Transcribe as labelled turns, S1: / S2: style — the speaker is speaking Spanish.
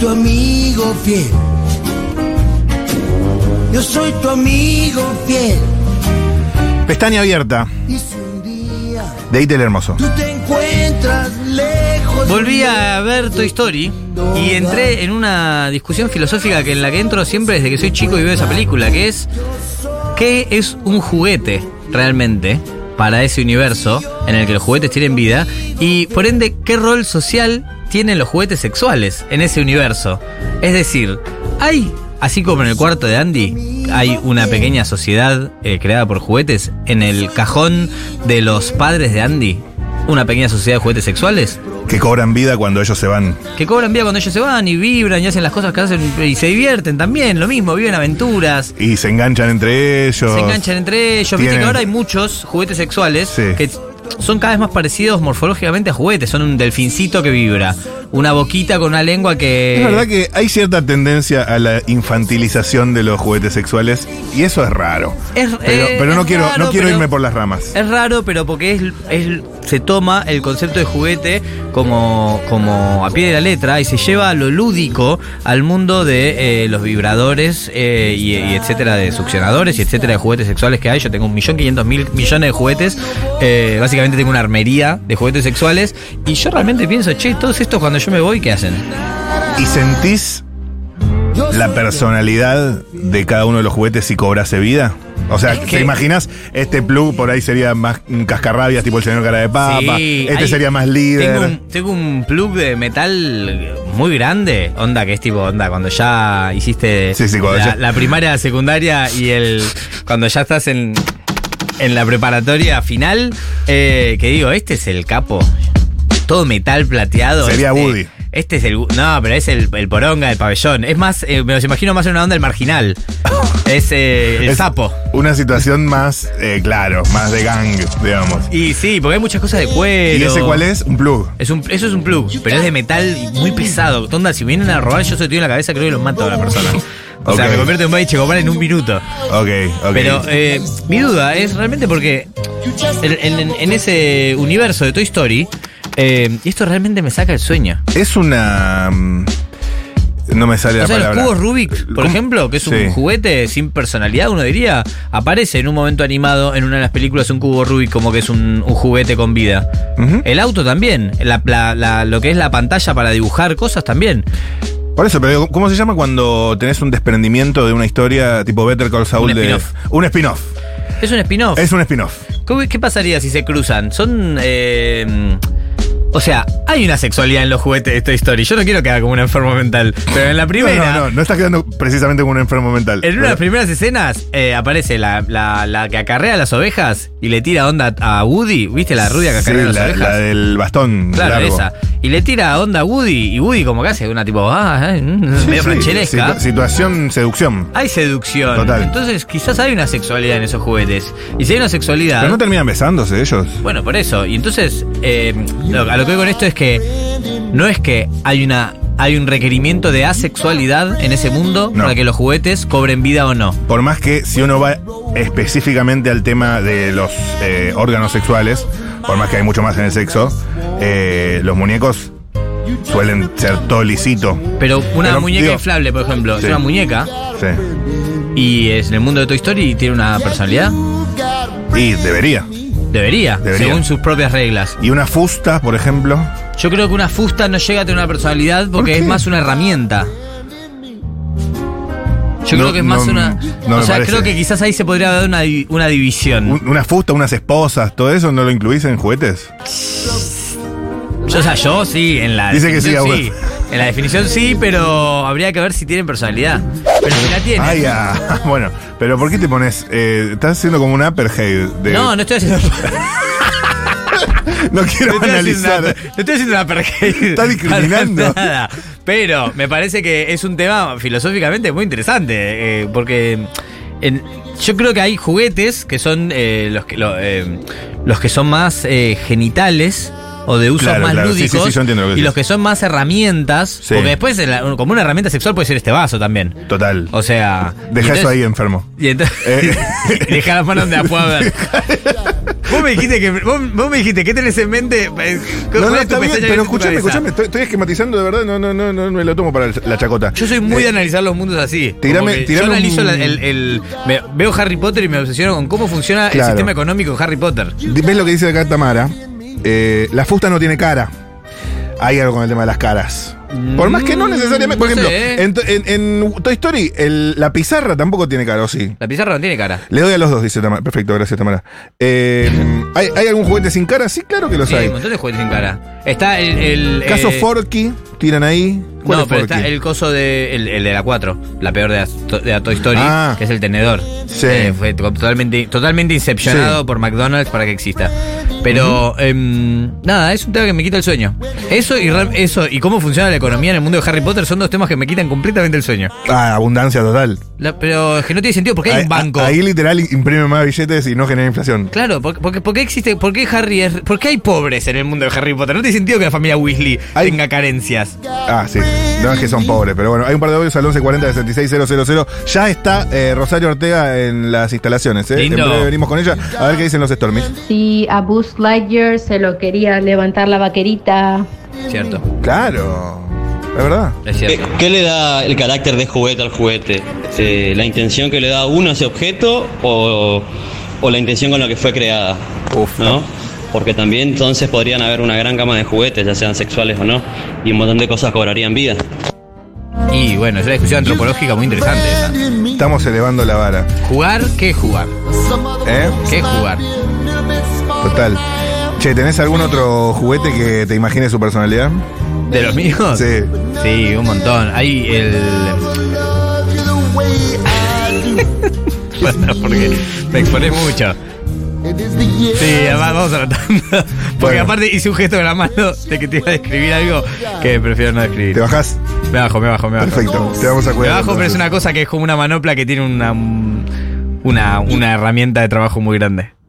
S1: tu amigo fiel. Yo soy tu amigo fiel.
S2: Pestaña abierta,
S1: Y si un día
S2: de ahí el Hermoso.
S1: tú te encuentras lejos. de
S3: Volví
S1: mí,
S3: a ver Toy Story y entré en una discusión filosófica que en la que entro siempre desde que soy chico y veo esa película, que es ¿qué es un juguete realmente para ese universo en el que los juguetes tienen vida? Y por ende, ¿qué rol social tienen los juguetes sexuales en ese universo? Es decir, hay, así como en el cuarto de Andy, hay una pequeña sociedad eh, creada por juguetes en el cajón de los padres de Andy. Una pequeña sociedad de juguetes sexuales
S2: Que cobran vida cuando ellos se van.
S3: que cobran vida cuando ellos se van y vibran y hacen las cosas que hacen y se divierten también, lo mismo, viven aventuras.
S2: Y se enganchan entre ellos.
S3: Se enganchan entre ellos. Viste
S2: Tienen-
S3: que ahora hay muchos juguetes sexuales
S2: Sí.
S3: que son cada vez más parecidos morfológicamente a juguetes. Son un delfincito que vibra, una boquita con una lengua que.
S2: Es verdad que hay cierta tendencia a la infantilización de los juguetes sexuales y eso es raro.
S3: Es-
S2: pero,
S3: eh,
S2: pero no
S3: es
S2: quiero,
S3: raro,
S2: no quiero
S3: pero- Eh.
S2: irme por las ramas.
S3: Es raro, pero porque es, es- se toma el concepto de juguete como, como a pie de la letra y se lleva lo lúdico al mundo de eh, los vibradores eh, y, y etcétera, de succionadores y etcétera, de juguetes sexuales que hay. Yo tengo un millón quinientos mil millones de juguetes. eh, básicamente tengo una armería de juguetes sexuales. Y yo realmente pienso, che, todos estos cuando yo me voy, ¿qué hacen?
S2: Y sentís
S1: Yo
S2: la
S1: soy
S2: personalidad de cada uno de los juguetes si cobrase vida. O sea,
S3: Es que-
S2: ¿te imaginas? Este plug por ahí sería más un cascarrabias, tipo el señor cara de papa.
S3: Sí,
S2: este
S3: hay-
S2: sería más líder.
S3: Tengo un, tengo un plug de metal muy grande. Onda, que es tipo, onda, cuando ya hiciste
S2: Sí, sí, cuando
S3: la,
S2: ya-
S3: la primaria, la secundaria y el. Cuando ya estás en, en la preparatoria final, eh, que digo, este es el capo. Todo metal plateado.
S2: Sería
S3: este,
S2: Woody.
S3: Este es el. No, pero es el, el poronga del pabellón. Es más, eh, me los imagino más en una onda el marginal. Es eh, el
S2: Es
S3: sapo.
S2: Una situación más, eh, claro, más de gang, digamos.
S3: Y sí, porque hay muchas cosas de cuero.
S2: ¿Y ese cuál es? Un plug.
S3: Es un- eso es un plug, pero es de metal y muy pesado. Tonda, si vienen a robar, yo soy tío en la cabeza, creo que los mato a la persona. O sea,
S2: Ok.
S3: me convierto en Valle Checopar en un minuto.
S2: Ok, ok.
S3: Pero eh, mi duda es realmente porque en, en- en ese universo de Toy Story, eh, esto realmente me saca el sueño.
S2: Es una. mm, No me sale la
S3: O sea, los
S2: palabra.
S3: cubos Rubik, por
S2: ¿Cómo?
S3: ejemplo, que es un
S2: Sí.
S3: juguete sin personalidad, uno diría, aparece en un momento animado en una de las películas un cubo Rubik como que es un, un juguete con vida.
S2: Ujú.
S3: El auto también, la- la- la- lo que es la pantalla para dibujar cosas también.
S2: Por eso, pero ¿cómo se llama cuando tenés un desprendimiento de una historia tipo Better Call Saul
S3: Un
S2: de.
S3: spin-off.
S2: Un spin-off.
S3: Es un spin-off.
S2: Es un spin-off.
S3: ¿Qué, qué pasaría si se cruzan? Son. eh, o sea, hay una sexualidad en los juguetes de esta historia. Yo no quiero quedar como un enfermo mental. Pero en la
S2: No,
S3: primera.
S2: no, no, no estás quedando precisamente con un enfermo mental.
S3: En una de
S2: Pero-
S3: las primeras escenas eh, aparece la, la- la que acarrea las ovejas y le tira onda a Woody. ¿Viste la rubia que
S2: Sí,
S3: acarrea las
S2: la,
S3: ovejas?
S2: la del bastón.
S3: Claro,
S2: largo.
S3: esa. Y le tira onda a Woody. Y Woody, como que hace una tipo. Ah, eh, mm,
S2: Sí,
S3: medio Ah,
S2: sí,
S3: francheresca.
S2: situ- situación seducción.
S3: Hay seducción.
S2: Total.
S3: Entonces, quizás hay una sexualidad en esos juguetes. Y si hay una sexualidad.
S2: Pero no terminan besándose ellos.
S3: Bueno, por eso. Y entonces, eh, lo- a lo que voy con esto es que no es que hay una hay un requerimiento de asexualidad en ese mundo
S2: No.
S3: para que los juguetes cobren vida o no.
S2: Por más que si uno va específicamente al tema de los eh, órganos sexuales, por más que hay mucho más en el sexo, eh, los muñecos suelen ser todo lisito.
S3: Pero una
S2: Pero,
S3: muñeca
S2: digo-
S3: inflable, por ejemplo,
S2: Sí.
S3: es una muñeca
S2: Sí.
S3: y es en el mundo de Toy Story y tiene una personalidad.
S2: Y debería.
S3: Debería,
S2: Debería.
S3: según sus propias reglas.
S2: Y una fusta, por ejemplo.
S3: Yo creo que una fusta no llega a tener una personalidad porque
S2: qué?
S3: es más una herramienta. Yo
S2: No,
S3: creo que es más
S2: no,
S3: una.
S2: no
S3: o
S2: me
S3: sea,
S2: parece.
S3: creo que quizás ahí se podría dar una, di- una división.
S2: Un- una fusta, unas esposas, todo eso, ¿no lo incluís en juguetes?
S3: Yo, o sea, yo sí, en la
S2: Dice que sí,
S3: definición
S2: abuelo.
S3: En la definición sí, pero habría que ver si tienen personalidad. Pero si la tienen.
S2: Ay, ah, bueno, pero ¿por qué te pones? eh, estás haciendo como un upperhead. De,
S3: no, no estoy haciendo. no
S2: no quiero
S3: estoy haciendo
S2: analizar.
S3: una- no estoy haciendo una perjeta.
S2: Está discriminando.
S3: Para nada. Pero me parece que es un tema filosóficamente muy interesante. eh, porque en- yo creo que hay juguetes que son eh, los, que, lo- eh, los que son más eh, genitales. O de usos
S2: Claro,
S3: más
S2: claro, sí, sí, sí,
S3: lúdicos.
S2: yo entiendo lo que
S3: y
S2: decís.
S3: los que son más herramientas.
S2: Sí.
S3: Porque después, en la- como una herramienta sexual, puede ser este vaso también.
S2: Total.
S3: O sea.
S2: Deja
S3: y
S2: eso
S3: entonces-
S2: ahí enfermo.
S3: Y entonces.
S2: Eh.
S3: deja las manos donde la pueda ver. Vos me dijiste que. Vos, vos me dijiste, ¿qué tenés en mente? Eh, ¿cuál
S2: No, no, está bien,
S3: es tu pestaña que
S2: pero
S3: es tu
S2: escúchame,
S3: cabeza?
S2: escúchame, estoy, estoy esquematizando de verdad, no, no, no, no me lo tomo para el- la chacota.
S3: Yo soy muy
S2: Eh,
S3: de analizar los mundos así. como
S2: tirame-
S3: que
S2: tirame
S3: yo analizo
S2: un-
S3: la- el, el- me- Veo Harry Potter y me obsesiono con cómo funciona el
S2: Claro.
S3: sistema económico de Harry Potter.
S2: ¿Ves lo que dice acá Tamara? Eh, la fusta no tiene cara. Hay algo con el tema de las caras. Por más que no necesariamente. Por
S3: Mm,
S2: ejemplo,
S3: no sé, ¿eh?
S2: en, to- en- en Toy Story, el- la pizarra tampoco tiene cara, ¿o sí?
S3: La pizarra no tiene cara.
S2: Le doy a los dos, dice Tamara. Perfecto, gracias, Tamara. Eh, ¿hay, hay algún juguete sin cara? Sí, claro que los
S3: Sí, hay un
S2: hay.
S3: montón de juguetes sin cara. Está el. el
S2: Caso
S3: eh,
S2: Forky, tiran ahí. ¿Cuál
S3: No,
S2: es
S3: pero
S2: Forky?
S3: está el coso de, el, el de la 4, la peor de las to- de la Toy Story,
S2: Ah.
S3: que es el tenedor. Eh,
S2: Sí.
S3: fue to- totalmente, totalmente incepcionado
S2: Sí.
S3: por McDonald's para que exista. Pero, em, nada, es un tema que me quita el sueño. Eso y, re- eso y cómo funciona la economía en el mundo de Harry Potter son dos temas que me quitan completamente el sueño.
S2: Ah, abundancia total.
S3: La- pero es que no tiene sentido, porque hay
S2: Ahí-
S3: un banco.
S2: Ahí literal imprime más billetes y no genera inflación.
S3: Claro, porque, porque, porque existe, porque Harry es, porque hay pobres en el mundo de Harry Potter. No tiene sentido que la familia Weasley
S2: Hay-
S3: tenga carencias.
S2: Ah, sí. No es que son pobres, pero bueno, hay un par de audios al 1140-66000. Ya está eh, Rosario Ortega en las instalaciones, ¿eh?
S3: Lindo.
S2: En breve venimos con ella a ver qué dicen los Stormies.
S4: Si a Buzz Lightyear se lo quería levantar la vaquerita.
S3: Cierto,
S2: Claro. Es verdad.
S3: es cierto.
S5: ¿Qué le da el carácter de juguete al juguete? Eh, ¿La intención que le da uno a ese objeto o, o la intención con la que fue creada?
S2: Uf.
S5: ¿No? Porque también entonces podrían haber una gran gama de juguetes, ya sean sexuales o no, y un montón de cosas cobrarían vida.
S2: Eh.
S3: Y bueno, es una discusión antropológica muy interesante esa.
S2: Estamos elevando la vara.
S3: ¿Jugar? ¿Qué jugar?
S2: ¿Eh?
S3: ¿Qué jugar?
S2: Total. Che, ¿tenés algún otro juguete que te imagine su personalidad?
S3: ¿De los míos?
S2: Sí.
S3: Sí, un montón. Hay el. bueno, porque me exponés mucho. Sí, además vamos tratando. Porque
S2: Bueno.
S3: aparte hice un gesto con la mano de que te iba a describir algo que prefiero no describir.
S2: ¿Te bajás?
S3: Me bajo, me bajo, me bajo.
S2: Perfecto. Te vamos a
S3: Me
S2: cuidar.
S3: bajo, pero
S2: entonces.
S3: es una cosa que es como una manopla que tiene una, una, una herramienta de trabajo muy grande.